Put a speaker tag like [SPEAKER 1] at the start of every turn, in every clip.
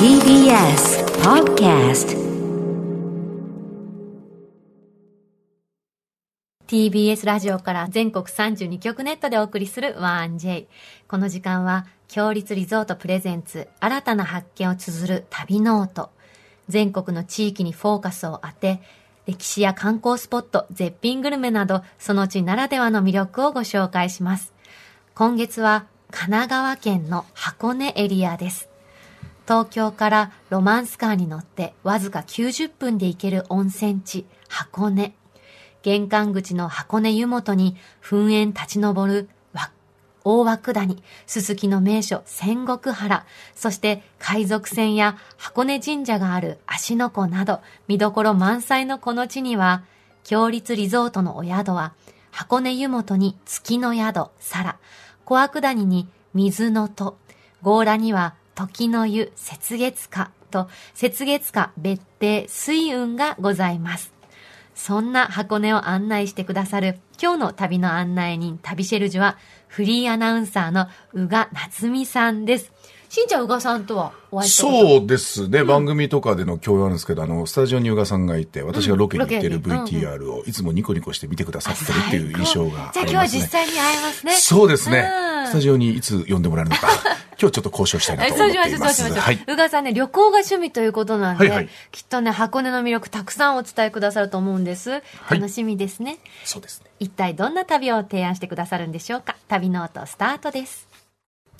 [SPEAKER 1] TBS Podcast
[SPEAKER 2] TBS ラジオから全国32局ネットでお送りする 1J この時間は強立リゾートプレゼンツ新たな発見を綴る旅ノート全国の地域にフォーカスを当て歴史や観光スポット絶品グルメなどその地ならではの魅力をご紹介します今月は神奈川県の箱根エリアです東京からロマンスカーに乗ってわずか90分で行ける温泉地、箱根。玄関口の箱根湯本に噴煙立ち上るわ大涌谷、すすきの名所仙石原、そして海賊船や箱根神社がある芦ノ湖など見どころ満載のこの地には、強立リゾートのお宿は箱根湯本に月の宿、皿、小涌谷に水の戸、強羅には時の湯雪月花と雪月花別邸水雲がございます。そんな箱根を案内してくださる今日の旅の案内人、旅シェルジュはフリーアナウンサーの宇賀夏美さんです。しんちゃん、宇賀さんとはお会いした
[SPEAKER 3] そうですね、うん、番組とかでの共演なんですけど、あの、スタジオに宇賀さんがいて、私がロケに行ってる VTR をいつもニコニコして見てくださってるっていう印象があります、ね、
[SPEAKER 2] じゃあ今日は実際に会えますね。
[SPEAKER 3] そうですね。うん、スタジオにいつ呼んでもらえ るのか。今日ちょっと交渉したいなと思っています。そうしましょう、そうしましょう。はい、
[SPEAKER 2] 宇賀さんね、旅行が趣味ということなんで、はいはい、きっとね、箱根の魅力たくさんお伝えくださると思うんです。楽しみですね。はい、
[SPEAKER 3] そうですね。
[SPEAKER 2] 一体どんな旅を提案してくださるんでしょうか。旅ノートスタートです。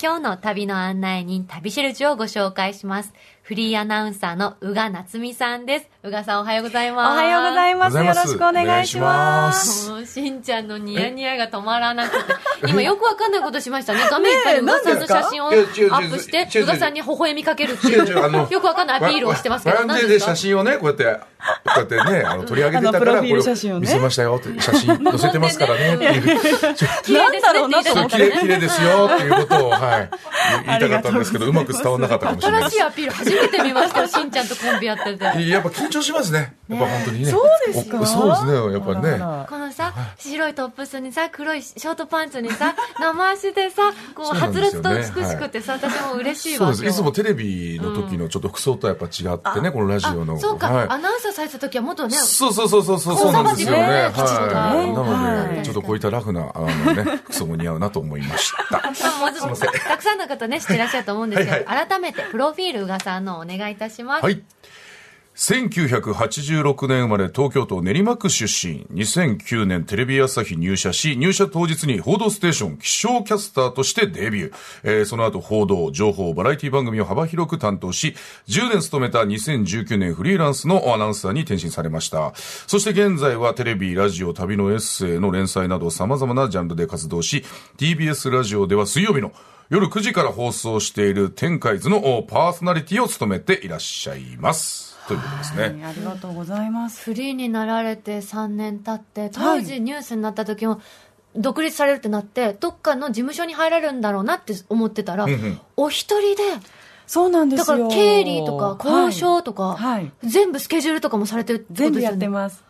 [SPEAKER 2] 今日の旅の案内人、旅シェルジュをご紹介します。フリーアナウンサーの宇賀夏美さんです。宇賀さんおはようございます。
[SPEAKER 4] おはようございます。よろしくお願いします。
[SPEAKER 2] もうしんちゃんのニヤニヤが止まらなく て、今よくわかんないことしましたね。画面いっぱい宇賀さんの写真をアップして、宇賀さんに微笑みかけるっていう、よくわかんないアピールをしてますけど。
[SPEAKER 3] なんで写真をね、こうやって、こうやってね、あの取り上げてたから、これ見せましたよって写真載せてますからねって いう。
[SPEAKER 2] 綺麗ですねって言
[SPEAKER 3] ったら、綺麗ですよ っていうことを、はい、言いたかったんですけど、うまく伝わらなかったかもしれない
[SPEAKER 2] 新しいアピール初めて見ました、しんちゃんとコンビやってて。
[SPEAKER 3] やっぱ緊張しますね。やっぱ本当にね。
[SPEAKER 4] そうですか、
[SPEAKER 3] そうですね、やっぱりね。
[SPEAKER 2] このさ、白いトップスにさ、黒いショートパンツに さ、生足でさ、こう、はつれつと美しくてさ、私も嬉しいわ。
[SPEAKER 3] そうです。いつもテレビの時のちょっと服装とはやっぱ違ってね、このラジオの。
[SPEAKER 2] そうか、アナウンサーされた時は元ね。
[SPEAKER 3] そうそうそうそう、そうなんですよね。はい。なので、ちょっとこういったラフな、あのね、服装も似合うなと思いました。
[SPEAKER 2] すみません。たくさんの方ね、知ってらっしゃると思うんですけど、改めて、プロフィール宇賀さんのお願いいたします。
[SPEAKER 3] はい1986年生まれ東京都練馬区出身2009年テレビ朝日入社し入社当日に報道ステーション気象キャスターとしてデビュー、えー、その後報道情報バラエティ番組を幅広く担当し10年勤めた2019年フリーランスのアナウンサーに転身されましたそして現在はテレビラジオ旅のエッセイの連載など様々なジャンルで活動し TBS ラジオでは水曜日の夜9時から放送している天海図のパーソナリティを務めていらっしゃいます。ということですね、はい
[SPEAKER 4] ありがとうございます。
[SPEAKER 2] フリーになられて3年経って、当時ニュースになった時も、独立されるってなって、はい、どっかの事務所に入られるんだろうなって思ってたら、うんうん、お一人で、
[SPEAKER 4] そうなんで
[SPEAKER 2] だ
[SPEAKER 4] す
[SPEAKER 2] から経理とか交渉とか、はい、全部スケジュールとかもされてるってことですよね。
[SPEAKER 4] 全部やってます。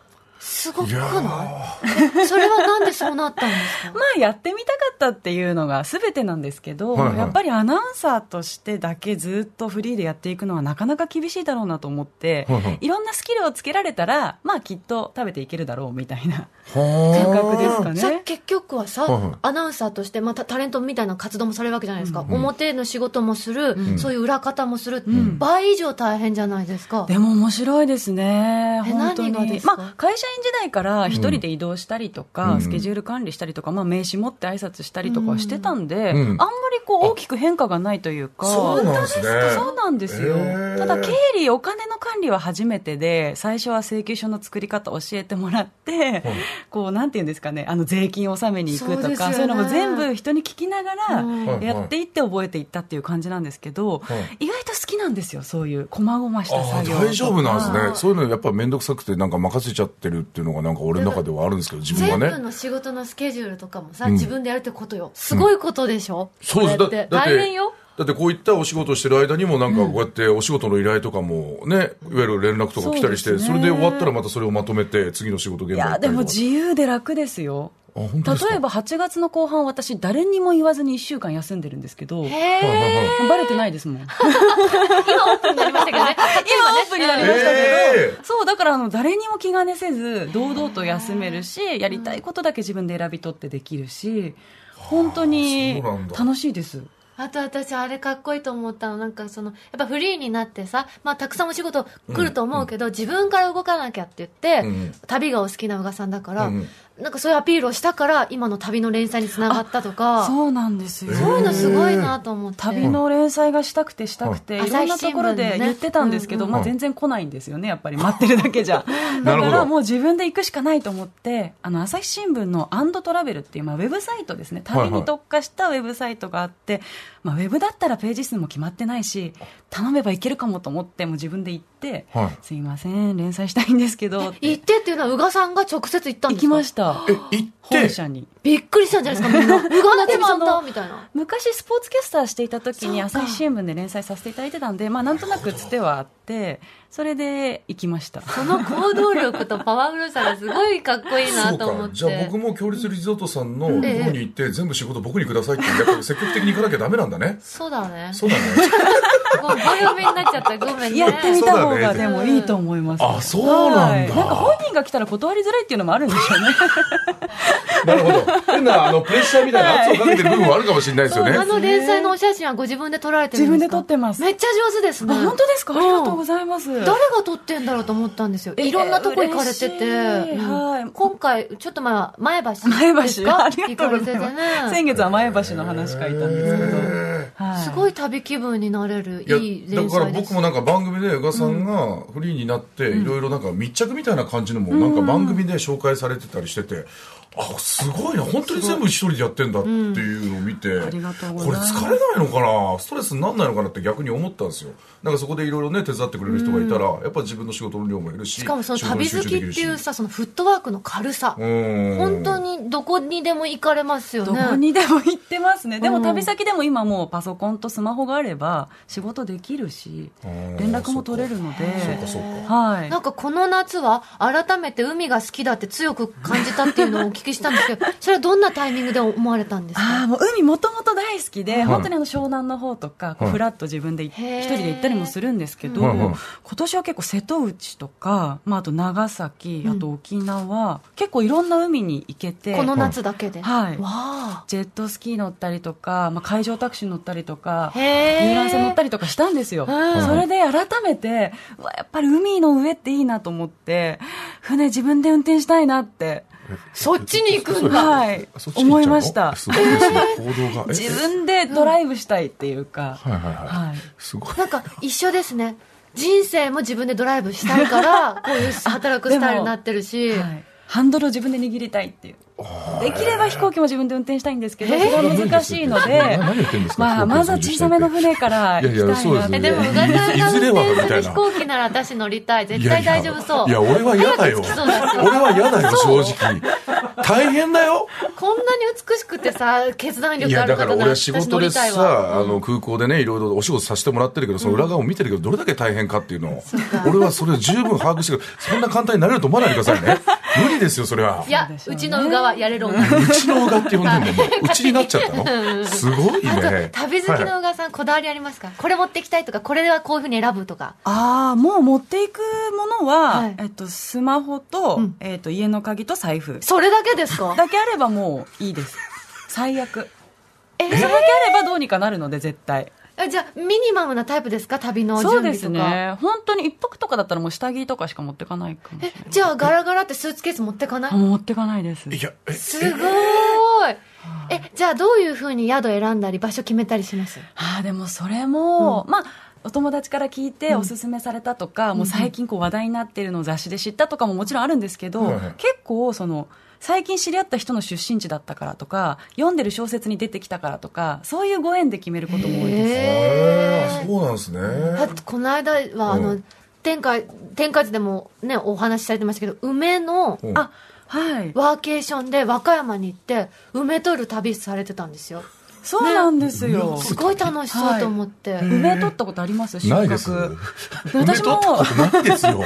[SPEAKER 2] すごく ないそれはなんでそうなったんですか
[SPEAKER 4] まあやってみたかったっていうのが全てなんですけど、はいはい、やっぱりアナウンサーとしてだけずっとフリーでやっていくのはなかなか厳しいだろうなと思って、はい,はい、いろんなスキルをつけられたら、まあきっと食べていけるだろうみたいな感覚ですかね。
[SPEAKER 2] 結局はさ、はいはい、アナウンサーとして、まあタレントみたいな活動もされるわけじゃないですか。うんうん、表の仕事もする、うん、そういう裏方もする、うん、倍以上大変じゃないですか。
[SPEAKER 4] でも面白いですね。
[SPEAKER 2] え何がです
[SPEAKER 4] か、まあ会社員時代から一人で移動したりとか、うん、スケジュール管理したりとか、まあ、名刺持って挨拶したりとかしてたんで、うん、あんまりこう大きく変化がないというか、
[SPEAKER 3] そうなんですね。
[SPEAKER 4] そうなんですよ。えー、ただ、経理、お金の管理は初めてで、最初は請求書の作り方教えてもらって、うん、こう、なんていうんですかね、あの、税金を納めに行くとか、そう,ね、そういうのも全部人に聞きながら、やっていって覚えていったっていう感じなんですけど、意外と好きなんですよ、そういう、細々した作業。
[SPEAKER 3] 大丈夫なんですね。そういうのやっぱ面倒くさくて、なんか任せちゃってるっていうのがなんか俺の中ではあるんですけど自分がね
[SPEAKER 2] 全部の仕事のスケジュールとかもさ、自分でやるってことよすごいことでしょ、
[SPEAKER 3] うそうです
[SPEAKER 2] だ大変よ
[SPEAKER 3] だってこういったお仕事してる間にもなんかこうやってお仕事の依頼とかもね、いわゆる連絡とか来たりしてそ,、れで終わったらまたそれをまとめて次の仕事現場
[SPEAKER 4] いやでも自由で楽ですよ
[SPEAKER 3] 本当ですか
[SPEAKER 4] 例えば8月の後半私誰にも言わずに1週間休んでるんですけ
[SPEAKER 2] へ
[SPEAKER 4] ど
[SPEAKER 3] はいはい
[SPEAKER 2] え。
[SPEAKER 3] はい
[SPEAKER 4] バレてないですも ん今
[SPEAKER 2] 今オープンになりましたけどね。
[SPEAKER 4] オープンになりましたけど、
[SPEAKER 3] ええ
[SPEAKER 4] そうだからあの誰にも気兼ねせず堂々と休めるしやりたいことだけ自分で選び取ってできるし本当に
[SPEAKER 3] そうなんだ
[SPEAKER 4] 楽しいです
[SPEAKER 2] あと私あれかっこいいと思ったのなんかそのやっぱフリーになってさ、まあ、たくさんお仕事来ると思うけど、自分から動かなきゃって言って、
[SPEAKER 3] うん
[SPEAKER 2] 旅がお好きな宇賀さんだから、
[SPEAKER 3] うん
[SPEAKER 2] なんかそういうアピールをしたから今の旅の連載につながったとかそう
[SPEAKER 4] そうなんですよ
[SPEAKER 3] そう
[SPEAKER 2] いうのすごいなと思って
[SPEAKER 4] 旅の連載がしたくてしたくて、
[SPEAKER 2] はい
[SPEAKER 4] いろんなところ
[SPEAKER 2] 朝日新聞ね
[SPEAKER 4] で言ってたんですけど、
[SPEAKER 2] うん
[SPEAKER 4] まあ、全然来ないんですよねやっぱり待ってるだけ じゃ
[SPEAKER 3] な
[SPEAKER 4] だ
[SPEAKER 3] るほ
[SPEAKER 4] か
[SPEAKER 3] ど
[SPEAKER 4] らもう自分で行くしかないと思ってあの朝日新聞の「アンドトラベル」っていう、まあ、ウェブサイトですね旅に特化したウェブサイトがあって、まあ、ウェブだったらページ数も決まってないし頼めばいけるかもと思ってもう自分で行って、
[SPEAKER 3] はい
[SPEAKER 4] すいません連載したいんですけどって
[SPEAKER 2] 行ってっていうのは宇賀さんが直接行ったん
[SPEAKER 4] 行
[SPEAKER 2] です
[SPEAKER 4] き
[SPEAKER 2] か
[SPEAKER 4] ました
[SPEAKER 3] え行って
[SPEAKER 4] 本社に。
[SPEAKER 2] びっくりしたんじゃないですかみんな宇賀夏美さんだみたいな
[SPEAKER 4] 昔スポーツキャスターしていた時
[SPEAKER 2] そう
[SPEAKER 4] に
[SPEAKER 2] か
[SPEAKER 4] 朝日新聞で連載させていただいてたんで、まあ、なんとなくつてはあってそれで行きました
[SPEAKER 2] その行動力とパワフルさがすごいかっこいいなと思って
[SPEAKER 3] そうかじゃあ僕も強立リゾートさんの方に行って、全部仕事僕にくださいってやっぱり積極的に行かなきゃダメなんだね
[SPEAKER 2] そうだね
[SPEAKER 3] そうだね
[SPEAKER 2] ごめん番組になっちゃったごめんね
[SPEAKER 4] やってみた方
[SPEAKER 3] そうだ
[SPEAKER 4] が
[SPEAKER 3] ね
[SPEAKER 4] でもいいと思います、
[SPEAKER 3] あそうなんだ
[SPEAKER 4] はいなんか本人が来たら断りづらいっていうのもあるんでしょうね
[SPEAKER 3] なるほど変なあのプレッシャーみたいな圧をかけてる部分もあるかもしれないですよね
[SPEAKER 2] あの連載のお写真はご自分で撮られてる
[SPEAKER 4] 自
[SPEAKER 2] んです
[SPEAKER 4] 分
[SPEAKER 2] か
[SPEAKER 4] で撮ってます
[SPEAKER 2] め
[SPEAKER 4] あ
[SPEAKER 2] っちゃ上手ですね
[SPEAKER 4] 本当ですかありがとうございます
[SPEAKER 2] 誰が撮ってんだろうと思ったんですよ
[SPEAKER 4] えー
[SPEAKER 2] いろんなとこ行かれてて、
[SPEAKER 4] 嬉しいはい
[SPEAKER 2] うん今回ちょっと前は前橋
[SPEAKER 4] 前
[SPEAKER 2] です
[SPEAKER 4] 橋
[SPEAKER 2] か
[SPEAKER 4] ありがとうございます、
[SPEAKER 2] 行かれてて
[SPEAKER 4] 先
[SPEAKER 2] ね
[SPEAKER 4] 月は前橋の話書いたんですけど、
[SPEAKER 3] へ
[SPEAKER 4] はい、
[SPEAKER 2] すごい旅気分になれる
[SPEAKER 3] ー
[SPEAKER 2] いい
[SPEAKER 3] や
[SPEAKER 2] 連
[SPEAKER 3] だから
[SPEAKER 2] 載です
[SPEAKER 3] 僕もなんか番組で宇賀さんがフリーになっていろいろなんか密着みたいな感じのもなんか番組で紹介されてたりしててあすごいな本当に全部一人でやってんだっていうのを見て、
[SPEAKER 4] ありがとうござい
[SPEAKER 3] これ
[SPEAKER 4] ます
[SPEAKER 3] 疲れないのかなストレスになんないのかなって逆に思ったんですよなんかそこでいろいろね手伝ってくれる人がいたら、やっぱ自分の仕事の量も減るし
[SPEAKER 2] しかもその旅好きっていうさそのフットワークの軽さ本
[SPEAKER 3] 本
[SPEAKER 2] 当にどこにでも行かれますよ
[SPEAKER 4] どこ
[SPEAKER 2] ね
[SPEAKER 4] にでも行ってますね、で
[SPEAKER 2] う
[SPEAKER 4] も
[SPEAKER 2] ん
[SPEAKER 4] 旅先でも今もうパソコンとスマホがあれば仕事できるし
[SPEAKER 3] あー
[SPEAKER 4] 連絡も取れるので
[SPEAKER 3] そうかそうか
[SPEAKER 4] はい
[SPEAKER 2] なんかこの夏は改めて海が好きだって強く感じたっていうのをお聞きしたんですけどそれはどんなタイミングで思われたんです
[SPEAKER 4] あ
[SPEAKER 2] か
[SPEAKER 4] あもう海もともと大好きで、
[SPEAKER 3] い
[SPEAKER 4] 本当にあの湘南の方とか、こう
[SPEAKER 3] はい
[SPEAKER 4] ふらっと自分でい一
[SPEAKER 2] へー
[SPEAKER 4] 人で行ったりもするんですけど、
[SPEAKER 3] はいはい
[SPEAKER 4] 今年は結構瀬戸内とか、まあ、あと長崎あと沖縄、結構いろんな海に行けて
[SPEAKER 2] この夏だけで、
[SPEAKER 4] はい
[SPEAKER 2] わあ
[SPEAKER 4] ジェットスキー乗ったりとか、まあ、海上タクシー乗ったりとか
[SPEAKER 2] へー
[SPEAKER 4] 遊覧船乗ったりとかしたんですよ、
[SPEAKER 2] うん
[SPEAKER 4] それで改めてうわやっぱり海の上っていいなと思って船自分で運転したいなって、
[SPEAKER 2] そっちに行くんだ
[SPEAKER 4] はい、思いました
[SPEAKER 3] すごいですね行動が
[SPEAKER 4] 自分でドライブしたいっていうか、
[SPEAKER 3] はいはいはい
[SPEAKER 4] はい
[SPEAKER 3] すごい
[SPEAKER 2] なんか一緒ですね人生も自分でドライブしたいからこういう働くスタイルになってるし、
[SPEAKER 4] はいハンドルを自分で握りたいっていうできれば飛行機も自分で運転したいんですけど
[SPEAKER 2] えー
[SPEAKER 4] それは難しいの
[SPEAKER 3] な
[SPEAKER 4] で
[SPEAKER 3] 何言ってんですか
[SPEAKER 4] まあまずは小さめの船から行きたい
[SPEAKER 3] いやい
[SPEAKER 4] な
[SPEAKER 3] やそうです
[SPEAKER 2] え
[SPEAKER 3] ね
[SPEAKER 2] でも宇賀さん
[SPEAKER 3] い
[SPEAKER 2] が
[SPEAKER 3] ずれ
[SPEAKER 2] 運
[SPEAKER 3] はみ
[SPEAKER 2] 転す
[SPEAKER 3] たい
[SPEAKER 2] る
[SPEAKER 3] な
[SPEAKER 2] 飛行機なら私乗りたい絶対大丈夫そう
[SPEAKER 3] いやいやいや俺は嫌だ
[SPEAKER 2] 早く
[SPEAKER 3] よ
[SPEAKER 2] 着きそうだし
[SPEAKER 3] 俺は嫌だよ正直大変だよ
[SPEAKER 2] こんなに美しくてさ決断
[SPEAKER 3] い
[SPEAKER 2] 力あ
[SPEAKER 3] や
[SPEAKER 2] る
[SPEAKER 3] だか
[SPEAKER 2] 方
[SPEAKER 3] ら
[SPEAKER 2] な
[SPEAKER 3] 俺
[SPEAKER 2] ら
[SPEAKER 3] は
[SPEAKER 2] 私
[SPEAKER 3] 仕
[SPEAKER 2] 乗
[SPEAKER 3] 事
[SPEAKER 2] り
[SPEAKER 3] で
[SPEAKER 2] たいわ
[SPEAKER 3] さあの空港でねいろいろお仕事させてもらってるけどその裏側を見てるけどどれだけ大変かっていうのを俺はそれを十分把握してるそんな簡単になれると思わないでく ださいね無理ですよそれはい
[SPEAKER 2] や
[SPEAKER 4] そうでしょ
[SPEAKER 2] う
[SPEAKER 4] うね
[SPEAKER 2] ちの宇賀はやれる女
[SPEAKER 3] うちのうがって呼んでるのもううちになっち ゃったのすごい
[SPEAKER 2] なん
[SPEAKER 3] ね
[SPEAKER 2] か旅好きの宇賀さん、こだわりありますかこれ持ってきたいとかこれはこういうふうに選ぶとか
[SPEAKER 4] ああもう持っていくものは、
[SPEAKER 2] はい
[SPEAKER 4] えっと、スマホと,、
[SPEAKER 2] うん
[SPEAKER 4] えっと家の鍵と財布
[SPEAKER 2] それだけですか
[SPEAKER 4] だけあればもういいです最悪
[SPEAKER 2] え
[SPEAKER 4] それだけあればどうにかなるので絶対
[SPEAKER 2] ーじゃあミニマムなタイプですか旅の準
[SPEAKER 4] そう
[SPEAKER 2] 備とか
[SPEAKER 4] ですね本当に一泊とかだったらもう下着とかしか持ってかないかもしれ
[SPEAKER 2] え
[SPEAKER 4] ない
[SPEAKER 2] じゃあガラガラってスーツケース持ってかない
[SPEAKER 4] あもう持ってかないです
[SPEAKER 3] いやえ
[SPEAKER 2] すごーいえじゃあどういうふうに宿選んだり場所決めたりします
[SPEAKER 4] ああでもそれも、まあお友達から聞いておすすめされたとか、もう最近こう話題になってるのを雑誌で知ったとかももちろんあるんですけど、
[SPEAKER 3] はいはい
[SPEAKER 4] 結構その最近知り合った人の出身地だったからとか読んでる小説に出てきたからとかそういうご縁で決めることも多いです、
[SPEAKER 2] へー
[SPEAKER 3] あそうなんですね
[SPEAKER 2] だってこの間はあ
[SPEAKER 3] う
[SPEAKER 2] の
[SPEAKER 3] ん
[SPEAKER 2] 天下天下地でもねお話しされてましたけど梅の
[SPEAKER 3] うん
[SPEAKER 4] あはい
[SPEAKER 2] ワーケーションで和歌山に行って梅取る旅されてたんですよ
[SPEAKER 4] そうなんですよ、
[SPEAKER 2] すごい楽しそうと思って、
[SPEAKER 4] 梅取ったことあります収穫
[SPEAKER 3] ないです梅取っ
[SPEAKER 4] 私も
[SPEAKER 3] たことないですよ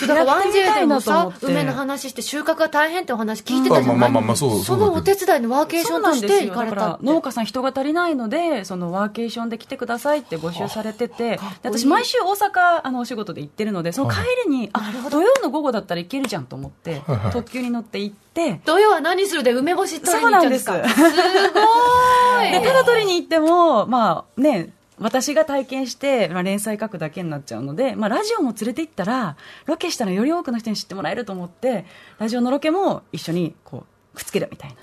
[SPEAKER 2] だからワンジェイでも
[SPEAKER 4] や
[SPEAKER 2] さ
[SPEAKER 4] ってみたいなと思って
[SPEAKER 2] 梅の話して収穫が大変ってお話聞いてたじゃない、
[SPEAKER 3] まあまあまあまあそう
[SPEAKER 2] そのお手伝いのワーケーショ
[SPEAKER 4] そう
[SPEAKER 2] ンと
[SPEAKER 4] なん
[SPEAKER 2] し
[SPEAKER 4] で
[SPEAKER 2] て
[SPEAKER 4] す
[SPEAKER 2] 行
[SPEAKER 4] よ
[SPEAKER 2] か
[SPEAKER 4] だ
[SPEAKER 2] れ
[SPEAKER 4] か
[SPEAKER 2] た
[SPEAKER 4] ら
[SPEAKER 2] って
[SPEAKER 4] 農家さん人が足りないのでそのワーケーションで来てくださいって募集されててで私毎週大阪あのお仕事で行ってるのでその帰りにあ土曜の午後だったら行けるじゃんと思って特急に乗って行って
[SPEAKER 2] 土曜は何するで梅干し取り
[SPEAKER 4] そう
[SPEAKER 2] に行っ
[SPEAKER 4] な
[SPEAKER 2] ちゃうんん
[SPEAKER 4] で
[SPEAKER 2] です
[SPEAKER 4] す
[SPEAKER 2] か
[SPEAKER 4] です
[SPEAKER 2] ご
[SPEAKER 4] で
[SPEAKER 2] い
[SPEAKER 4] ただ取りに行ってもまあね私が体験して、まあ、連載書くだけになっちゃうので、まあ、ラジオも連れて行ったらロケしたらより多くの人に知ってもらえると思ってラジオのロケも一緒にこうくっつけるみたいな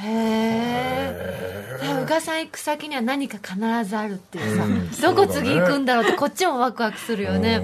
[SPEAKER 2] へえ宇賀さん行く先には何か必ずあるっていうさ、
[SPEAKER 3] うん
[SPEAKER 2] どこ次行くんだろうってこっちもワクワクするよ ね、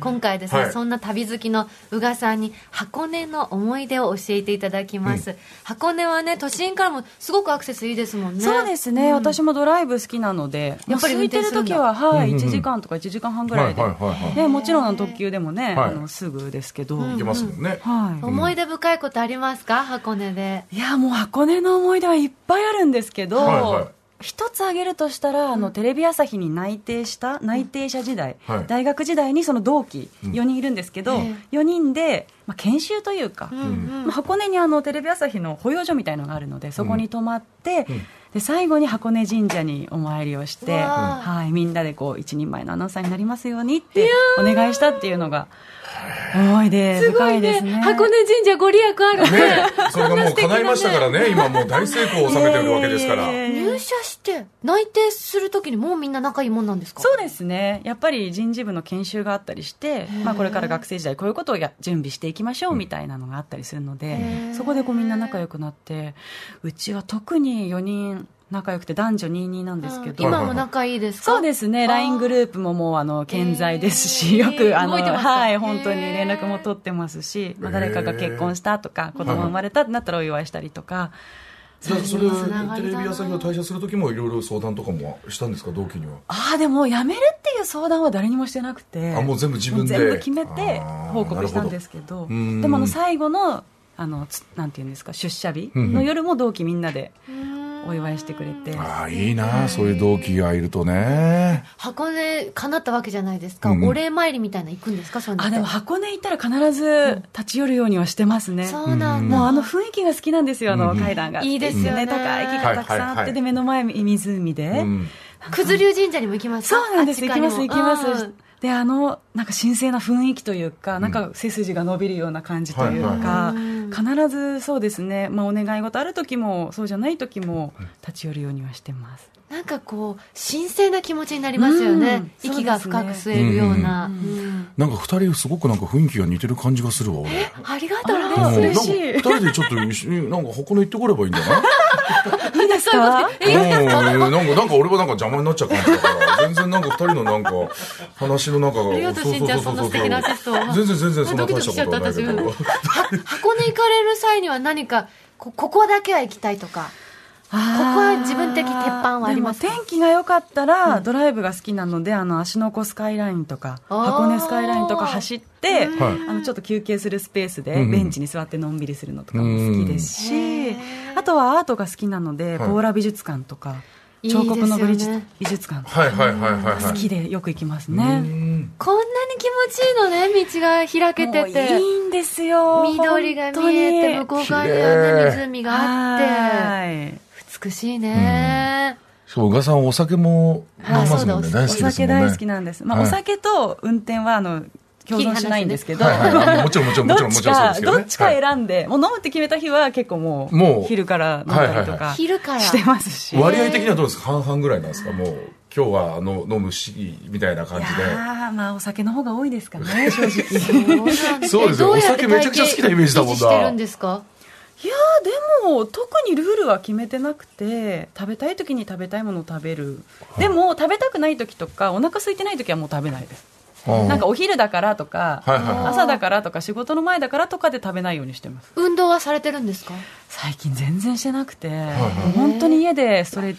[SPEAKER 2] 今回ですね、
[SPEAKER 3] はい
[SPEAKER 2] そんな旅好きの宇賀さんに箱根の思い出を教えていただきます、箱根はね都心からもすごくアクセスいいですもんね
[SPEAKER 4] そうですね、私もドライブ好きなので、
[SPEAKER 2] やっぱり
[SPEAKER 4] もう空いてる時は、はい、1時間とか1時間半ぐらいで、
[SPEAKER 3] はいはいはいはい
[SPEAKER 4] ね、もちろんあの特急でもね、
[SPEAKER 3] はい
[SPEAKER 4] あのすぐですけど、
[SPEAKER 3] いけますもんね。
[SPEAKER 4] は
[SPEAKER 2] 思い出深いことありますか箱根で
[SPEAKER 4] い、いや、もう箱根の思い出はいっぱいあるんですけど、
[SPEAKER 3] はいはい
[SPEAKER 4] 一つ挙げるとしたら、あのテレビ朝日に内定した、内定者時代、
[SPEAKER 3] はい
[SPEAKER 4] 大学時代にその同期、4人いるんですけど、
[SPEAKER 2] ええ
[SPEAKER 4] 4人で、まあ、研修というか、
[SPEAKER 2] うんうん
[SPEAKER 4] まあ、箱根にあのテレビ朝日の保養所みたいのがあるのでそこに泊まって、で最後に箱根神社にお参りをして、
[SPEAKER 2] うわー
[SPEAKER 4] はい、みんなでこう一人前のアナウンサーになりますようにってお願いしたっていうのが思い出
[SPEAKER 2] すご
[SPEAKER 4] 深
[SPEAKER 2] い
[SPEAKER 4] いで
[SPEAKER 2] ね
[SPEAKER 4] すね。
[SPEAKER 2] 箱根神社ご利益ある
[SPEAKER 3] ね
[SPEAKER 2] ね
[SPEAKER 3] えそれがもう叶いましたからね、今もう大成功を収めてるわけですから。
[SPEAKER 4] いやいやいやいや
[SPEAKER 2] 入社して内定するときにもうみんな仲いいもんなんですか
[SPEAKER 4] そうですねやっぱり人事部の研修があったりして、まあ、これから学生時代こういうことをや準備していきましょうみたいなのがあったりするので
[SPEAKER 2] へー
[SPEAKER 4] そこでこうみんな仲良くなってうちは特に4人仲良くて男女22なんですけど、
[SPEAKER 2] 今も仲いいですか
[SPEAKER 4] そうですすね、LINE グループももうあの健在ですし、
[SPEAKER 2] へー
[SPEAKER 4] よくあの、
[SPEAKER 2] 動いてますか
[SPEAKER 4] は
[SPEAKER 2] へ
[SPEAKER 4] い、
[SPEAKER 2] ー
[SPEAKER 4] 本当に連絡も取ってますし、ま
[SPEAKER 3] へ
[SPEAKER 4] あ
[SPEAKER 3] ー
[SPEAKER 4] 誰かが結婚したとか、子供生まれたってなったらお祝いしたりとか、
[SPEAKER 3] じゃあそれ
[SPEAKER 2] つなが
[SPEAKER 3] テ
[SPEAKER 2] り
[SPEAKER 3] レ
[SPEAKER 2] だな
[SPEAKER 3] ビ朝日を退社する時もいろいろ相談とかもしたんですか同期には。
[SPEAKER 4] ああ、でも辞めるっていう相談は誰にもしてなくて、
[SPEAKER 3] あもう全部自分で
[SPEAKER 4] もう全部決めて
[SPEAKER 3] あー
[SPEAKER 4] 報告したんですけど、
[SPEAKER 3] ほどうん
[SPEAKER 4] でもあの最後の、あのつなんていうんですか、出社日の夜も同期みんなでお祝いしてくれて。
[SPEAKER 3] ああいいなそういう同期がいるとね。
[SPEAKER 2] 箱根かなったわけじゃないですか、
[SPEAKER 3] うん
[SPEAKER 2] お礼参りみたいなの行くんですかそういうのっ
[SPEAKER 4] あ
[SPEAKER 2] て
[SPEAKER 4] でも箱根行ったら必ず立ち寄るようにはしてますね。
[SPEAKER 2] そうなんだ、
[SPEAKER 4] もうあの雰囲気が好きなんですよ、あの階段が。
[SPEAKER 2] いいですよね
[SPEAKER 4] 高い木がたくさん
[SPEAKER 3] は
[SPEAKER 4] あ
[SPEAKER 3] いは
[SPEAKER 4] っ
[SPEAKER 3] いは
[SPEAKER 4] て、
[SPEAKER 3] い
[SPEAKER 4] で、目の前湖で
[SPEAKER 3] う。ん
[SPEAKER 2] 九頭龍神社にも行きますか
[SPEAKER 4] そうなんです、行きます、行きま
[SPEAKER 2] あっち
[SPEAKER 4] す。で、あの、なんか神聖な雰囲気というか、なんか背筋が伸びるような感じという
[SPEAKER 3] はい
[SPEAKER 4] か、必ずそうですね、まあお願い事ある時も、そうじゃない時も、立ち寄るようにはしてます。
[SPEAKER 2] うんなんかこう神聖な気持ちになりますよね、
[SPEAKER 4] うん
[SPEAKER 2] 息が深く吸えるような、うん
[SPEAKER 3] なんか二人すごくなんか雰囲気が似てる感じがするわ俺。
[SPEAKER 2] ありがとう
[SPEAKER 4] あ
[SPEAKER 2] ね
[SPEAKER 4] ら
[SPEAKER 3] うん
[SPEAKER 4] 嬉しい
[SPEAKER 3] なんか二人でちょっと一緒になんか箱根行ってこればいいんじゃない？
[SPEAKER 4] いいですか
[SPEAKER 3] うん、なんか、なんか俺はなんか邪魔になっちゃう感じだから、全然なんか二人のなんか、話の中が、
[SPEAKER 2] ありがとうしんちゃんそんな素敵なアシストを
[SPEAKER 3] 全然全然そんな
[SPEAKER 2] ド
[SPEAKER 3] 大
[SPEAKER 2] キドキし
[SPEAKER 3] し
[SPEAKER 2] ちゃ
[SPEAKER 3] た
[SPEAKER 2] っ
[SPEAKER 3] こ
[SPEAKER 2] た
[SPEAKER 3] とはない
[SPEAKER 2] 私
[SPEAKER 3] けど。
[SPEAKER 2] 箱根行かれる際には何かこここだけは行きたいとかこ
[SPEAKER 4] ここ
[SPEAKER 2] は自分的鉄板はありますか
[SPEAKER 4] 天気が良かったら、ドライブが好きなのであの芦ノ湖スカイラインとか
[SPEAKER 2] あー
[SPEAKER 4] 箱根スカイラインとか走って、
[SPEAKER 3] んはい
[SPEAKER 4] あのちょっと休憩するスペースで
[SPEAKER 3] うんうん
[SPEAKER 4] ベンチに座ってのんびりするのとかも好きですし、
[SPEAKER 2] うん
[SPEAKER 4] あとはアートが好きなので
[SPEAKER 3] はい
[SPEAKER 4] 強羅美術館とか、
[SPEAKER 2] いいですよ
[SPEAKER 4] 彫
[SPEAKER 2] ね
[SPEAKER 4] 刻の美術美術館とか
[SPEAKER 3] はいはいはいはいはい。
[SPEAKER 4] 好きでよく行きますね。
[SPEAKER 3] うん
[SPEAKER 2] こんなに気持ちいいのね道が開けてて
[SPEAKER 4] もういいんですよ
[SPEAKER 2] 緑が見えて向
[SPEAKER 4] 本当
[SPEAKER 2] こう側にはね
[SPEAKER 3] 綺
[SPEAKER 2] 湖
[SPEAKER 3] 麗
[SPEAKER 4] に
[SPEAKER 2] があって
[SPEAKER 4] はい
[SPEAKER 2] 美しいね、
[SPEAKER 3] そう、宇賀さんお酒も飲みますもんね。
[SPEAKER 2] あ
[SPEAKER 3] 大
[SPEAKER 4] お
[SPEAKER 3] 好きですも
[SPEAKER 4] 酒
[SPEAKER 3] んね。
[SPEAKER 4] 大好きなんです、まあ
[SPEAKER 3] はい
[SPEAKER 4] お酒と運転はあの共存しないんですけど、
[SPEAKER 3] はいはいあもちろんもちろんもち
[SPEAKER 4] ど
[SPEAKER 3] ろ
[SPEAKER 4] っ
[SPEAKER 3] んも
[SPEAKER 4] ち
[SPEAKER 3] ちろんそうです
[SPEAKER 4] か、
[SPEAKER 3] けど
[SPEAKER 4] ど
[SPEAKER 3] ね。
[SPEAKER 4] っちか選んで、もう飲むって決めた日は結構もう、
[SPEAKER 3] もう
[SPEAKER 4] 昼から飲んだりと
[SPEAKER 3] はいはいは
[SPEAKER 4] か、
[SPEAKER 2] 昼から
[SPEAKER 4] してますし。
[SPEAKER 3] 割合的にはどうですか半々ぐらいなんですかもう、今日はあの飲むし、みたいな感じ
[SPEAKER 4] いやーまあお酒の方が多いですか ね、正直。いや
[SPEAKER 3] そうです
[SPEAKER 2] えど
[SPEAKER 3] よ
[SPEAKER 2] やって
[SPEAKER 3] お酒めちゃくちゃ好きなイメージだもんな
[SPEAKER 2] 体型維持してるんですか
[SPEAKER 4] ーでも、特にルールは決めてなくて、食べたい時に食べたいものを食べる。でも、食べたくない時とか、お腹空いてない時はもう食べないです。
[SPEAKER 3] で。う
[SPEAKER 4] なんか、お昼だからとか、
[SPEAKER 3] はいはいはい
[SPEAKER 4] 朝だからとか、仕事の前だからとかで食べないようにしてます。
[SPEAKER 2] 運動はされてるんですか
[SPEAKER 4] 最近全然してなくて、本当に家でストレッ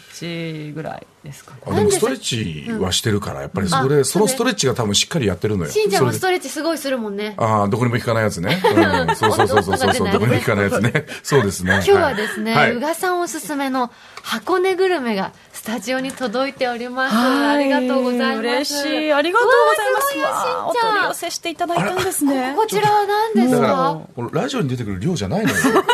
[SPEAKER 4] チぐらいですかね
[SPEAKER 3] あでもストレッチはしてるから、やっぱりそれ、そのストレッチが多分しっかりやってるのよ。
[SPEAKER 2] しんちゃんも
[SPEAKER 3] そ
[SPEAKER 2] ス
[SPEAKER 3] れで
[SPEAKER 2] トレッチすごいするもんね。
[SPEAKER 3] ああ、どこにも効かないやつ ね。うん、そうそうそうそうそうそう、どこにも効かないやつね。そうですね。
[SPEAKER 2] 今日はですね、
[SPEAKER 3] はい
[SPEAKER 2] 宇賀さんおすすめの箱根グルメがスタジオに届いております。ありがとうございます。
[SPEAKER 4] 嬉しい。ありがとうございます。
[SPEAKER 2] うわ
[SPEAKER 4] わ
[SPEAKER 2] ーすごいよしんちゃん
[SPEAKER 4] あお取り寄せしていただいたんですね。
[SPEAKER 2] こちらは何ですか
[SPEAKER 3] だから、このラジオに出てくる量じゃないのよ。すごいよ。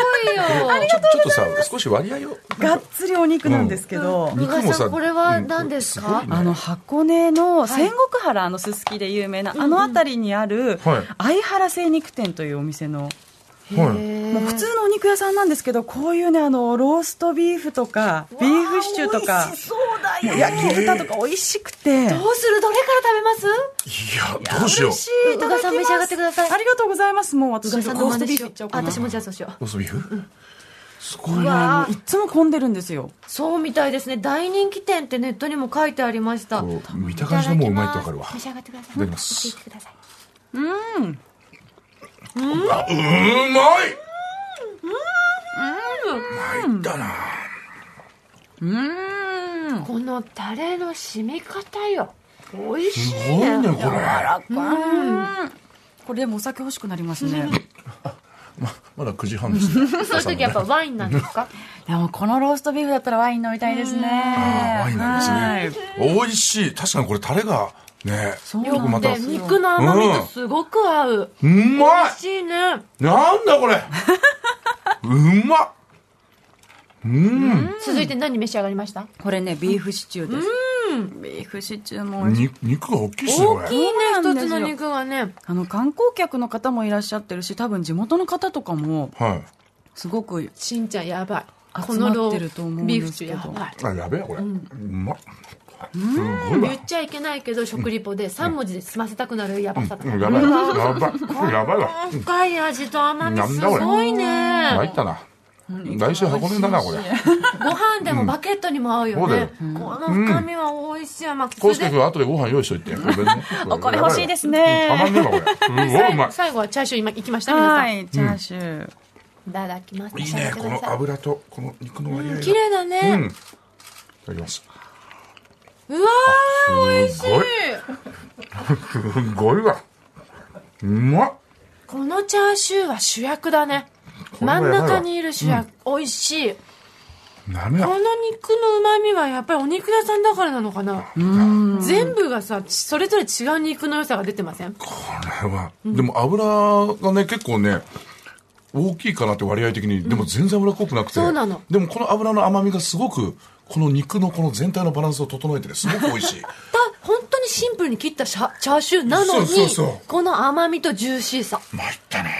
[SPEAKER 3] ちょちょっとさ、少し割合を。
[SPEAKER 4] がっつりお肉なんですけど。
[SPEAKER 2] 宇賀
[SPEAKER 3] 肉も
[SPEAKER 2] さ
[SPEAKER 3] さ
[SPEAKER 2] ん、これは何ですか、
[SPEAKER 3] うん
[SPEAKER 4] あの箱根の仙石原、あのすすきで有名な、あの辺りにある
[SPEAKER 3] はい
[SPEAKER 4] 相原精肉店というお店の、
[SPEAKER 3] はい。
[SPEAKER 4] もう普通のお肉屋さんなんですけどこういうねあのローストビーフとかビーフシチューとか焼き豚とか美味しくて
[SPEAKER 2] どうするどれから食べます
[SPEAKER 3] いや、どうしよう。
[SPEAKER 4] 嬉しいいただきま
[SPEAKER 2] 宇賀さ
[SPEAKER 4] す
[SPEAKER 2] ん召し上がってください
[SPEAKER 4] ありがとうございますもう私
[SPEAKER 2] 宇賀
[SPEAKER 4] ロ
[SPEAKER 2] さんの
[SPEAKER 4] ー
[SPEAKER 2] 真
[SPEAKER 4] スト
[SPEAKER 2] 似
[SPEAKER 4] ビー
[SPEAKER 2] し
[SPEAKER 4] フ
[SPEAKER 2] よ
[SPEAKER 4] いうっちゃおう。
[SPEAKER 2] あ
[SPEAKER 4] かな
[SPEAKER 2] 私もじゃあそうしよう。
[SPEAKER 3] ローストビーフすごいね。
[SPEAKER 4] いっつも混んでるんですよ
[SPEAKER 2] そうみたいですね。大人気店ってネットにも書いてありました。
[SPEAKER 3] こう見た
[SPEAKER 2] いた
[SPEAKER 3] 感
[SPEAKER 2] だき
[SPEAKER 3] じ
[SPEAKER 2] ます
[SPEAKER 3] でもううまいってわかるわ。
[SPEAKER 2] 召し上がってください。
[SPEAKER 3] いただきます
[SPEAKER 2] 持っていってください。
[SPEAKER 3] うまいうまいだな
[SPEAKER 2] このタレの染み方よ。美味しい
[SPEAKER 3] すごい
[SPEAKER 2] ね。
[SPEAKER 3] ねこれ
[SPEAKER 4] これでもお酒欲しくなりますね
[SPEAKER 3] まだ9時半ですね
[SPEAKER 2] そういう時やっぱワインなんですか
[SPEAKER 4] でもこのローストビーフだったらワイン飲みたいですね
[SPEAKER 3] ああワインなん
[SPEAKER 4] はい
[SPEAKER 3] ですね美味しい確かにこれタレがね
[SPEAKER 4] そう
[SPEAKER 3] よくまた
[SPEAKER 2] で
[SPEAKER 3] う
[SPEAKER 2] 肉の甘みとすごく合う。美
[SPEAKER 3] まい
[SPEAKER 2] 味しいね。
[SPEAKER 3] なんだこれうまっうん
[SPEAKER 2] 続いて何召し上がりました
[SPEAKER 4] これねビーフシチューですビーフシチューも美味しい
[SPEAKER 3] に肉が大きいですねこ
[SPEAKER 2] 大きい
[SPEAKER 3] れ
[SPEAKER 2] ね
[SPEAKER 4] そうな
[SPEAKER 2] 一
[SPEAKER 4] んで
[SPEAKER 2] つ
[SPEAKER 4] すよ
[SPEAKER 2] の肉がね
[SPEAKER 4] あの観光客の方もいらっしゃってるし多分地元の方とかも
[SPEAKER 3] はい
[SPEAKER 4] すごく
[SPEAKER 2] しんちゃんやばいこ
[SPEAKER 4] 集
[SPEAKER 2] の
[SPEAKER 4] ま
[SPEAKER 2] 量
[SPEAKER 4] ってると思うん
[SPEAKER 2] ビー
[SPEAKER 4] で
[SPEAKER 2] フ
[SPEAKER 4] す
[SPEAKER 2] シチ
[SPEAKER 4] け
[SPEAKER 2] ューや
[SPEAKER 4] ど
[SPEAKER 2] ばい
[SPEAKER 3] あやべえこれうまっ
[SPEAKER 2] 言っちゃいけないけど食リポで3文字で済ませたくなるやばさと
[SPEAKER 3] う
[SPEAKER 2] か
[SPEAKER 3] んやばいやばいこれやばいわ
[SPEAKER 2] 深い味と甘みすごい
[SPEAKER 3] 参
[SPEAKER 2] ね
[SPEAKER 3] ったな来週箱根だなこれ
[SPEAKER 2] ご飯でもバケットにも合うよねこの深みは美味しい甘くそ
[SPEAKER 3] コウ
[SPEAKER 2] れ
[SPEAKER 3] スケ
[SPEAKER 2] で
[SPEAKER 3] 君後でご飯用意しといてごめんね
[SPEAKER 4] お米欲しいです
[SPEAKER 3] たま
[SPEAKER 4] ね
[SPEAKER 3] んねえわこれすごいうまい
[SPEAKER 2] 最後はチャーシュー今いきました皆さ
[SPEAKER 4] は
[SPEAKER 2] んい
[SPEAKER 4] いチャーシュー
[SPEAKER 2] ただきます
[SPEAKER 3] いいねこの油とこの肉の割合が
[SPEAKER 2] 綺麗だ
[SPEAKER 3] うん
[SPEAKER 2] ね
[SPEAKER 3] いただきます
[SPEAKER 2] うわー美味しい
[SPEAKER 3] すごいすごいわうまっ
[SPEAKER 2] このチャーシューは主役だね
[SPEAKER 3] れ
[SPEAKER 2] 真
[SPEAKER 3] はや
[SPEAKER 2] ん
[SPEAKER 3] ばいわ
[SPEAKER 2] 中にいる主役、美味しい
[SPEAKER 3] なんだ
[SPEAKER 2] この肉のうまみはやっぱりお肉屋さんだからなのかな全部がさそれぞれ違う肉の良さが出てません
[SPEAKER 3] これはでも油がね結構ね大きいかなって割合的にでも全然油っこくなくて
[SPEAKER 2] そうなの
[SPEAKER 3] でもこの油の甘みがすごくこの肉のこの全体のバランスを整えてねすごく美味しい
[SPEAKER 2] た本当にシンプルに切ったシャチャーシューなのに
[SPEAKER 3] そうそうそう
[SPEAKER 2] この甘みとジューシーさ
[SPEAKER 3] 参ったね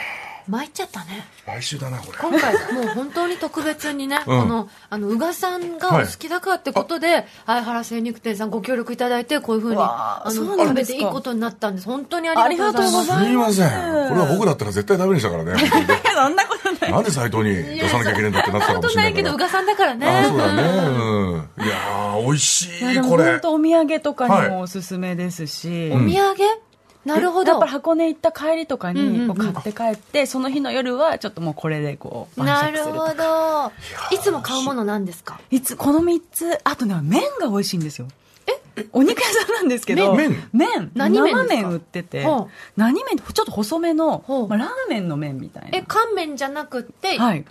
[SPEAKER 2] 参っちゃったね
[SPEAKER 3] 来週だなこれ
[SPEAKER 2] 今回もう本当に特別にね、このあの宇賀さんがお好きだからってことで、相原精肉店さんご協力いただいてこういうふうにあ
[SPEAKER 4] わあそう
[SPEAKER 2] の
[SPEAKER 4] な
[SPEAKER 2] 食
[SPEAKER 4] ん
[SPEAKER 2] べ
[SPEAKER 4] ですか
[SPEAKER 2] ていいことになったんです本当にありがとうございます
[SPEAKER 3] すみませんこれは僕だったら絶対ダメにしたからね本 当に
[SPEAKER 4] そんなことない
[SPEAKER 3] なんで斎藤に出さなきゃいけないんだってなってたかもしれない
[SPEAKER 2] け
[SPEAKER 3] か
[SPEAKER 2] ど、
[SPEAKER 3] ら
[SPEAKER 2] 宇賀さんだから
[SPEAKER 3] あそう
[SPEAKER 2] ね。
[SPEAKER 3] だね、うん、いやー美味し
[SPEAKER 4] いやで
[SPEAKER 3] い
[SPEAKER 4] も
[SPEAKER 3] これ
[SPEAKER 4] 本当お土産とかに
[SPEAKER 3] はい
[SPEAKER 4] もおすすめですし、
[SPEAKER 2] お土産なるほ
[SPEAKER 4] やっ
[SPEAKER 2] ど
[SPEAKER 4] ぱ。箱根行った帰りとかにこう買って帰って、その日の夜はちょっともうこれでこう晩
[SPEAKER 2] な
[SPEAKER 4] 酌
[SPEAKER 2] る
[SPEAKER 4] すると
[SPEAKER 2] ほど。いつも買うものなんですか
[SPEAKER 4] いつこの3つあとね麺が美味しいんですよえお肉屋さんなんですけど
[SPEAKER 3] 麺
[SPEAKER 4] 麺
[SPEAKER 2] 何麺です
[SPEAKER 4] 生
[SPEAKER 2] か
[SPEAKER 4] 麺売ってて
[SPEAKER 2] ほう
[SPEAKER 4] 何麺ってちょっと細めの
[SPEAKER 2] ほう、
[SPEAKER 4] まあ、ラーメンの麺みたい
[SPEAKER 2] え、
[SPEAKER 4] な
[SPEAKER 2] 乾麺じゃなくって、ラ
[SPEAKER 4] は
[SPEAKER 2] ー
[SPEAKER 4] い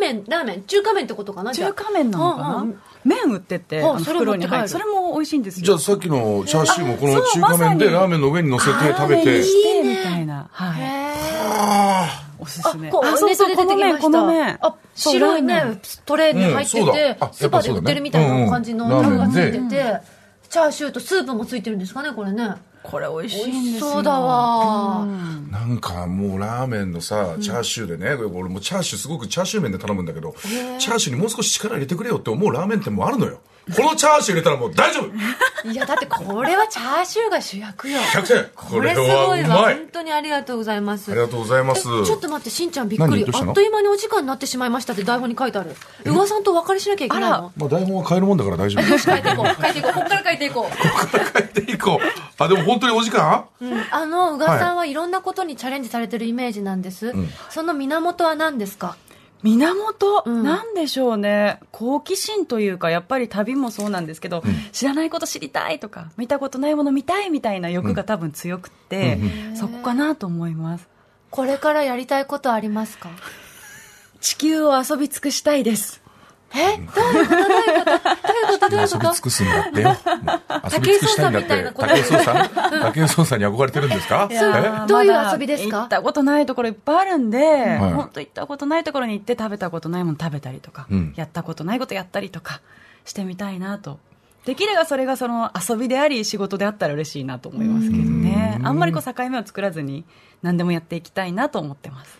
[SPEAKER 2] メン、ラーメン、中華麺ってことかなじゃあ
[SPEAKER 4] 中華麺なのか
[SPEAKER 2] う
[SPEAKER 4] なん
[SPEAKER 2] うん
[SPEAKER 4] 麺売ってて
[SPEAKER 2] ほう
[SPEAKER 4] あの
[SPEAKER 2] それを持っ
[SPEAKER 4] 袋
[SPEAKER 2] て
[SPEAKER 4] に
[SPEAKER 2] 帰る
[SPEAKER 4] 入ってそれも美味しいんです
[SPEAKER 3] じゃあ
[SPEAKER 4] よ
[SPEAKER 3] さっきのチャーシューもこの
[SPEAKER 4] あそ
[SPEAKER 3] 中
[SPEAKER 4] う
[SPEAKER 3] 華麺で
[SPEAKER 4] まさに
[SPEAKER 3] ラーメンの上に乗せて食べ
[SPEAKER 4] ラーメンに
[SPEAKER 3] て
[SPEAKER 4] してみたいな、はい、
[SPEAKER 2] へー
[SPEAKER 4] おす
[SPEAKER 2] あ
[SPEAKER 4] すめ、
[SPEAKER 2] こう、ネットで出てきました。
[SPEAKER 4] この麺この麺
[SPEAKER 2] あ、白い
[SPEAKER 4] そうラー
[SPEAKER 2] ね
[SPEAKER 4] メン、
[SPEAKER 2] トレーに入っ
[SPEAKER 3] うん
[SPEAKER 2] て
[SPEAKER 3] そうだあや
[SPEAKER 2] て
[SPEAKER 3] っ、ぱ
[SPEAKER 2] スーパーで売ってるみたいな感じの
[SPEAKER 3] そうだね
[SPEAKER 2] タ
[SPEAKER 3] う
[SPEAKER 2] グ
[SPEAKER 3] ん
[SPEAKER 2] がついて
[SPEAKER 3] ラーメン
[SPEAKER 2] て、チャーシューとスープもついてるんですかね、これね。
[SPEAKER 4] これ美味し
[SPEAKER 2] 美
[SPEAKER 4] いん
[SPEAKER 2] 味
[SPEAKER 4] で
[SPEAKER 2] し
[SPEAKER 4] すよ
[SPEAKER 2] そうだわ。
[SPEAKER 3] なんかもうラーメンのさチャーシューでね、俺もうチャーシューすごくチャーシュー麺で頼むんだけどチャーシューにもう少し力入れてくれよって思うラーメン店もあるのよこのチャーシュー入れたらもう大丈夫
[SPEAKER 2] いや、だってこれはチャーシューが主役よ。
[SPEAKER 3] 100点
[SPEAKER 2] これすごいわ。本当にありがとうございます。
[SPEAKER 3] ありがとうございます
[SPEAKER 2] えちょっと待って、しんちゃんびっく
[SPEAKER 3] 何
[SPEAKER 2] り
[SPEAKER 3] どう。したの
[SPEAKER 2] あっという間にお時間になってしまいましたって台本に書いてある。宇賀さんとお別れしなきゃいけないの。
[SPEAKER 3] まあ、台本は変えるもんだから大丈夫です
[SPEAKER 2] 書いていこう、書いていこう。こっから書いていこう。
[SPEAKER 3] 変えていこうあでも本当にお時間
[SPEAKER 2] うんあの、宇賀さんはいろんなことにチャレンジされてるイメージなんです。その源は何ですか
[SPEAKER 4] 源、
[SPEAKER 5] うん
[SPEAKER 4] なんでしょうね好奇心というかやっぱり旅もそうなんですけど、知らないこと知りたいとか見たことないもの見たいみたいな欲が多分強くって、そこかなと思います
[SPEAKER 5] これからやりたいことありますか
[SPEAKER 4] 地球を遊び尽くしたいです
[SPEAKER 5] えどういうことどういうことどういうことどういう
[SPEAKER 3] 遊
[SPEAKER 5] こ
[SPEAKER 3] び尽
[SPEAKER 5] と
[SPEAKER 3] くすんだってよ。遊び尽くしたいんだって。
[SPEAKER 5] 武井
[SPEAKER 3] 武井
[SPEAKER 5] 壮
[SPEAKER 3] 壮さん武井壮さんに憧れてるんですか
[SPEAKER 5] いやーどういう遊びですか
[SPEAKER 4] まだ行ったことないところいっぱいあるんで、
[SPEAKER 3] い
[SPEAKER 4] 本当行ったことないところに行って食べたことないもの食べたりとか、
[SPEAKER 3] うん
[SPEAKER 4] やったことないことやったりとかしてみたいなと。できればそれがその遊びであり仕事であったら嬉しいなと思いますけどねあんまりこう境目を作らずに何でもやっていきたいなと思ってます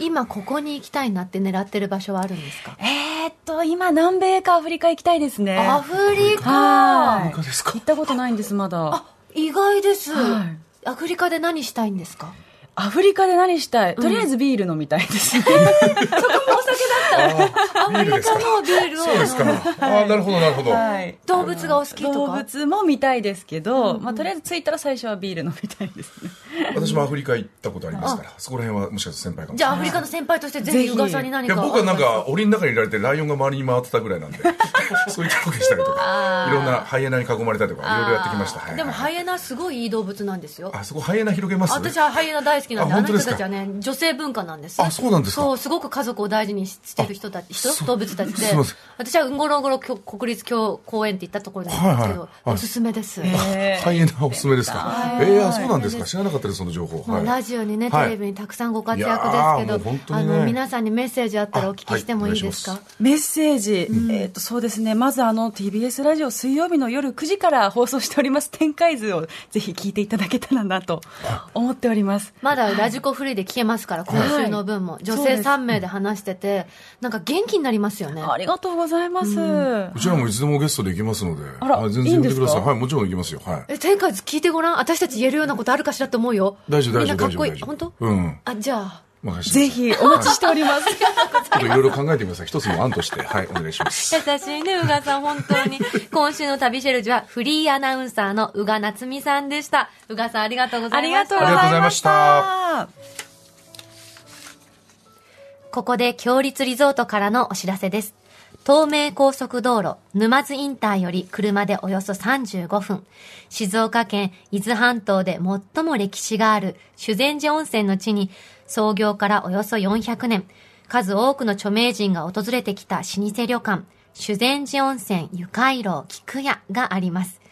[SPEAKER 5] 今ここに行きたいなって狙ってる場所はあるんですか
[SPEAKER 4] えー、っと今南米かアフリカ行きたいですね
[SPEAKER 5] アフリ
[SPEAKER 4] は
[SPEAKER 5] カ
[SPEAKER 4] い
[SPEAKER 3] いかがです
[SPEAKER 4] 行
[SPEAKER 3] か
[SPEAKER 4] ったことないんですまだ
[SPEAKER 5] 意外です
[SPEAKER 4] はい
[SPEAKER 5] アフリカで何したいんですか
[SPEAKER 4] アフリカで何したいとりあえずビール飲みたいです、
[SPEAKER 3] あビールですか
[SPEAKER 5] もうビールを
[SPEAKER 3] そうですか。ああ、なるほど、なるほど。
[SPEAKER 4] はい
[SPEAKER 5] 動物がお好きとか
[SPEAKER 4] 動物も見たいですけど、まあ、とりあえず着いたら最初はビール飲みたいですね
[SPEAKER 3] 私もアフリカ行ったことありますから、そこら辺はもしかしたら先輩かもし
[SPEAKER 5] じゃ
[SPEAKER 3] れ
[SPEAKER 5] あア
[SPEAKER 3] ない。
[SPEAKER 5] フリカの先輩としてぜ
[SPEAKER 4] ぜ
[SPEAKER 5] ひ
[SPEAKER 4] ひ
[SPEAKER 5] 宇賀さんに何
[SPEAKER 3] い
[SPEAKER 5] か
[SPEAKER 3] や僕はなんか檻の中にいられてライオンが周りに回ってたぐらいなんでそういったことしたり とかいろんなハイエナに囲まれたりとかいろいろやってきました、はい
[SPEAKER 5] でもハイエナすごいいい動物なんですよ
[SPEAKER 3] あそこハイエナ広げます
[SPEAKER 5] 私はハイエナ大好きなんで、
[SPEAKER 3] あ
[SPEAKER 5] あ
[SPEAKER 3] 本
[SPEAKER 5] の
[SPEAKER 3] 当で
[SPEAKER 5] 人
[SPEAKER 3] すか
[SPEAKER 5] たちはね、女性文化なんです。
[SPEAKER 3] あそうなんですか
[SPEAKER 5] そう、すごく家族を大事にしてる人たち、人動物たち
[SPEAKER 3] すい
[SPEAKER 5] で
[SPEAKER 3] ません。
[SPEAKER 5] 私はうんごろごろ国立共公園って言ったところなんですけど、
[SPEAKER 3] はいはいはい
[SPEAKER 5] おすすめです。
[SPEAKER 4] へー
[SPEAKER 3] ハイエナおすすめですかえー、あそうなんですか知らなかったですその情報
[SPEAKER 5] も
[SPEAKER 3] は
[SPEAKER 5] う
[SPEAKER 3] い
[SPEAKER 5] ラジオにね、
[SPEAKER 3] はい
[SPEAKER 5] テレビにたくさんご活躍
[SPEAKER 3] いやーもう
[SPEAKER 5] で
[SPEAKER 3] 本
[SPEAKER 5] すけど、
[SPEAKER 3] 当にね
[SPEAKER 5] の、皆さんにメッセージあったらお聞きしてもいいですか、
[SPEAKER 3] あはい
[SPEAKER 4] メッセージ、えっとそうですねまずあの TBS ラジオ水曜日の夜9時から放送しております展開図をぜひ聞いていただけたらな と思っております
[SPEAKER 5] まだラジコフリーで聞けますから、今週の分も。女
[SPEAKER 4] そう
[SPEAKER 5] 性
[SPEAKER 4] です
[SPEAKER 5] 3名で話してて、なんか元気になりますよね。
[SPEAKER 4] ありがとうございます、
[SPEAKER 3] こちらもいつでもゲストで行きますので
[SPEAKER 4] あら
[SPEAKER 3] はい全然呼んでくださ
[SPEAKER 4] いいんです
[SPEAKER 3] い
[SPEAKER 4] か
[SPEAKER 3] はいもちろん行きますよはい
[SPEAKER 5] え、前回聞いてごらん。私たち言えるようなことあるかしらって思うよ。
[SPEAKER 3] 大丈夫
[SPEAKER 5] み
[SPEAKER 3] 大
[SPEAKER 5] ん
[SPEAKER 3] 丈
[SPEAKER 5] なか
[SPEAKER 3] 夫
[SPEAKER 5] っ
[SPEAKER 3] 大丈
[SPEAKER 5] こ
[SPEAKER 3] 夫
[SPEAKER 5] いい。
[SPEAKER 3] 大丈
[SPEAKER 5] 本当
[SPEAKER 3] 夫うん
[SPEAKER 5] あ、じゃあ。
[SPEAKER 3] 任せ
[SPEAKER 4] ぜ
[SPEAKER 3] てく
[SPEAKER 4] ひお待ちしております
[SPEAKER 3] ださいちょっといろいろ考えてください一つの案としてはいお願いします
[SPEAKER 2] 優しいね、宇賀さん、本当 に。今週の旅シェルジュは、フリーアナウンサーの宇賀夏美さんでした。宇賀さん、ありがとうござ
[SPEAKER 4] あ
[SPEAKER 2] い
[SPEAKER 4] り
[SPEAKER 2] ま
[SPEAKER 4] が
[SPEAKER 2] した
[SPEAKER 4] とうご。ざいました
[SPEAKER 2] ここで、強立リゾートからのお知らせです。東名高速道路、沼津インターより車でおよそ35分。静岡県伊豆半島で最も歴史がある修善寺温泉の地に、創業からおよそ400年、数多くの著名人が訪れてきた老舗旅館、修善寺温泉ゆかいろう菊屋があります。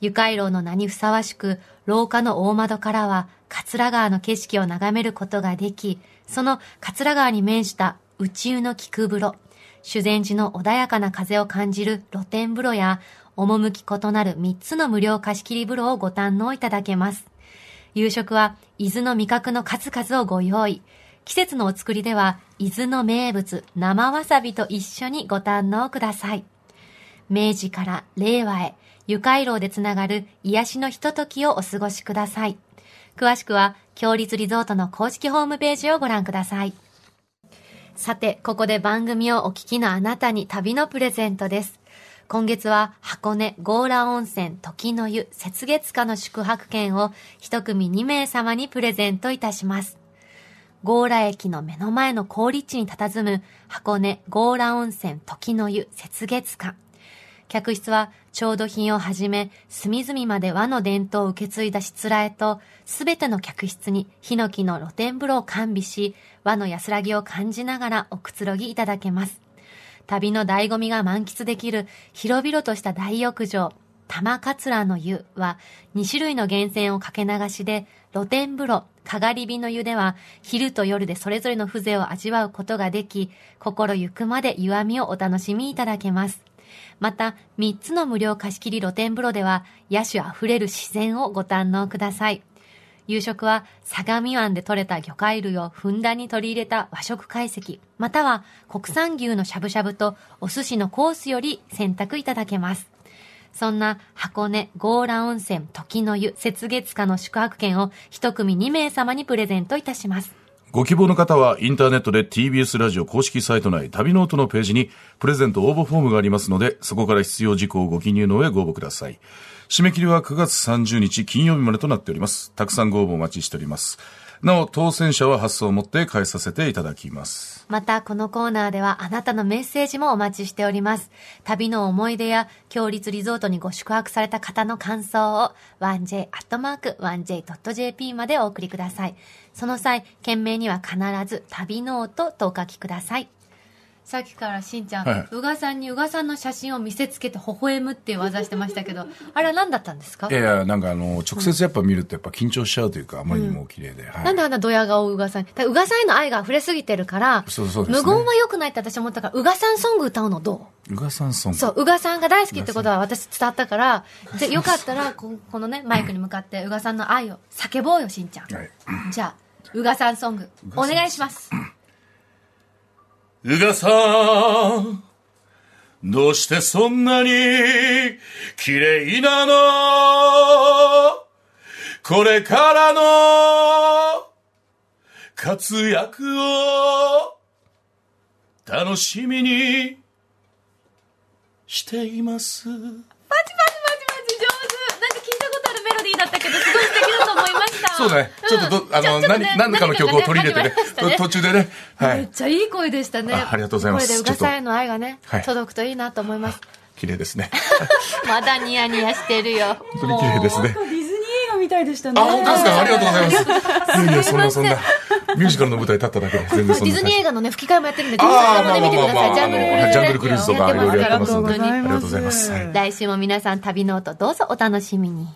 [SPEAKER 2] 湯海楼の名にふさわしく、廊下の大窓からは、桂川の景色を眺めることができ、その桂川に面した内湯の菊風呂、修善寺の穏やかな風を感じる露天風呂や、趣異なる3つの無料貸し切り風呂をご堪能いただけます。夕食は伊豆の味覚の数々をご用意。季節のお作りでは、伊豆の名物、生わさびと一緒にご堪能ください。明治から令和へ、愉快楼でつながる癒しのひとときをお過ごしください。詳しくは、強立リゾートの公式ホームページをご覧ください。さて、ここで番組をお聞きのあなたに旅のプレゼントです。今月は箱根強羅温泉時の湯雪月花の宿泊券を一組2名様にプレゼントいたします。強羅駅の目の前の高立地に佇む箱根強羅温泉時の湯雪月花。客室は調度品をはじめ隅々まで和の伝統を受け継いだしつらえとすべての客室にヒノキの露天風呂を完備し和の安らぎを感じながらおくつろぎいただけます旅の醍醐味が満喫できる広々とした大浴場玉桂の湯は2種類の源泉をかけ流しで露天風呂かがり火の湯では昼と夜でそれぞれの風情を味わうことができ心ゆくまで湯あみをお楽しみいただけますまた、3つの無料貸し切り露天風呂では、野手あふれる自然をご堪能ください。夕食は、相模湾で採れた魚介類をふんだんに取り入れた和食懐石、または国産牛のしゃぶしゃぶとお寿司のコースより選択いただけます。そんな箱根強羅温泉時の湯雪月花の宿泊券を一組2名様にプレゼントいたします。
[SPEAKER 3] ご希望の方はインターネットで TBS ラジオ公式サイト内旅ノートのページにプレゼント応募フォームがありますのでそこから必要事項をご記入の上ご応募ください締め切りは9月30日金曜日までとなっておりますたくさんご応募お待ちしておりますなお、当選者は発送をもって返させていただきます。
[SPEAKER 2] また、このコーナーではあなたのメッセージもお待ちしております。旅の思い出や、強立リゾートにご宿泊された方の感想を、1j.1j.jp までお送りください。その際、件名には必ず旅ノートとお書きください。さっきからしんちゃん、
[SPEAKER 3] はい
[SPEAKER 2] 宇賀さんに宇賀さんの写真を見せつけて微笑むっていう技してましたけど、 あれは何だったんですか
[SPEAKER 3] いやいや、なんかあの、直接やっぱ見るとやっぱ緊張しちゃうというか、あまりにも綺麗で。はい
[SPEAKER 2] なんであんなドヤ顔を宇賀さんに。だから宇賀さんへの愛が溢れすぎてるから、
[SPEAKER 3] そうそうですね
[SPEAKER 2] 無言は良くないって私思ったから、宇賀さんソング歌うのど
[SPEAKER 3] 宇賀さんソン
[SPEAKER 2] う
[SPEAKER 3] グ。
[SPEAKER 2] そう、宇賀さんが大好きってことは私伝わったから、でよかったらこ、このね、マイクに向かって宇賀さんの愛を叫ぼうよ、しんちゃん。
[SPEAKER 3] はい。
[SPEAKER 2] じゃあ、宇賀さんソング、お願いします。
[SPEAKER 3] うがさん、どうしてそんなに綺麗なのこれからの活躍を楽しみにしています。
[SPEAKER 2] パチパチパチパチ上手なんか聞いたことあるメロディーだったけどすごい素敵だと思いました
[SPEAKER 3] そうだね。ちょっとど、あの、
[SPEAKER 2] ちょっとね
[SPEAKER 3] 何、何らかの曲を取り入れて
[SPEAKER 2] 何
[SPEAKER 3] ね
[SPEAKER 2] かがね入りましたね
[SPEAKER 3] 途中でね。は
[SPEAKER 2] めっ
[SPEAKER 3] い。
[SPEAKER 2] ちゃいい声でしたね
[SPEAKER 3] あありがとうございます
[SPEAKER 2] これで宇賀さんへの愛がね、
[SPEAKER 3] ちょっとはい
[SPEAKER 2] 届くといいなと思います
[SPEAKER 3] 綺麗ですね。
[SPEAKER 2] まだニヤニヤしてるよ
[SPEAKER 3] 本当に綺麗ですね。
[SPEAKER 4] ディズニー映画みたいでしたね
[SPEAKER 3] あ、本当ですかありがとうございます。いやいや、そんなそんな。ミュージカルの舞台立っただ けで、全
[SPEAKER 2] デ
[SPEAKER 3] 然そんな。
[SPEAKER 2] ィズニー映画のね吹き替えもやってるんでぜひそ
[SPEAKER 3] あ
[SPEAKER 2] ち
[SPEAKER 3] あ、ま
[SPEAKER 2] らもね
[SPEAKER 3] あまあ
[SPEAKER 2] 見てく
[SPEAKER 3] まあ
[SPEAKER 2] だ
[SPEAKER 3] ま
[SPEAKER 2] さい
[SPEAKER 3] あ、
[SPEAKER 2] ジャングルクルーズ
[SPEAKER 3] ジャングルクルーズとかいろいろやってますんで、あり
[SPEAKER 4] やってますから
[SPEAKER 3] がとうございます。はい
[SPEAKER 2] 来週も皆さん旅ノートどうぞお楽しみに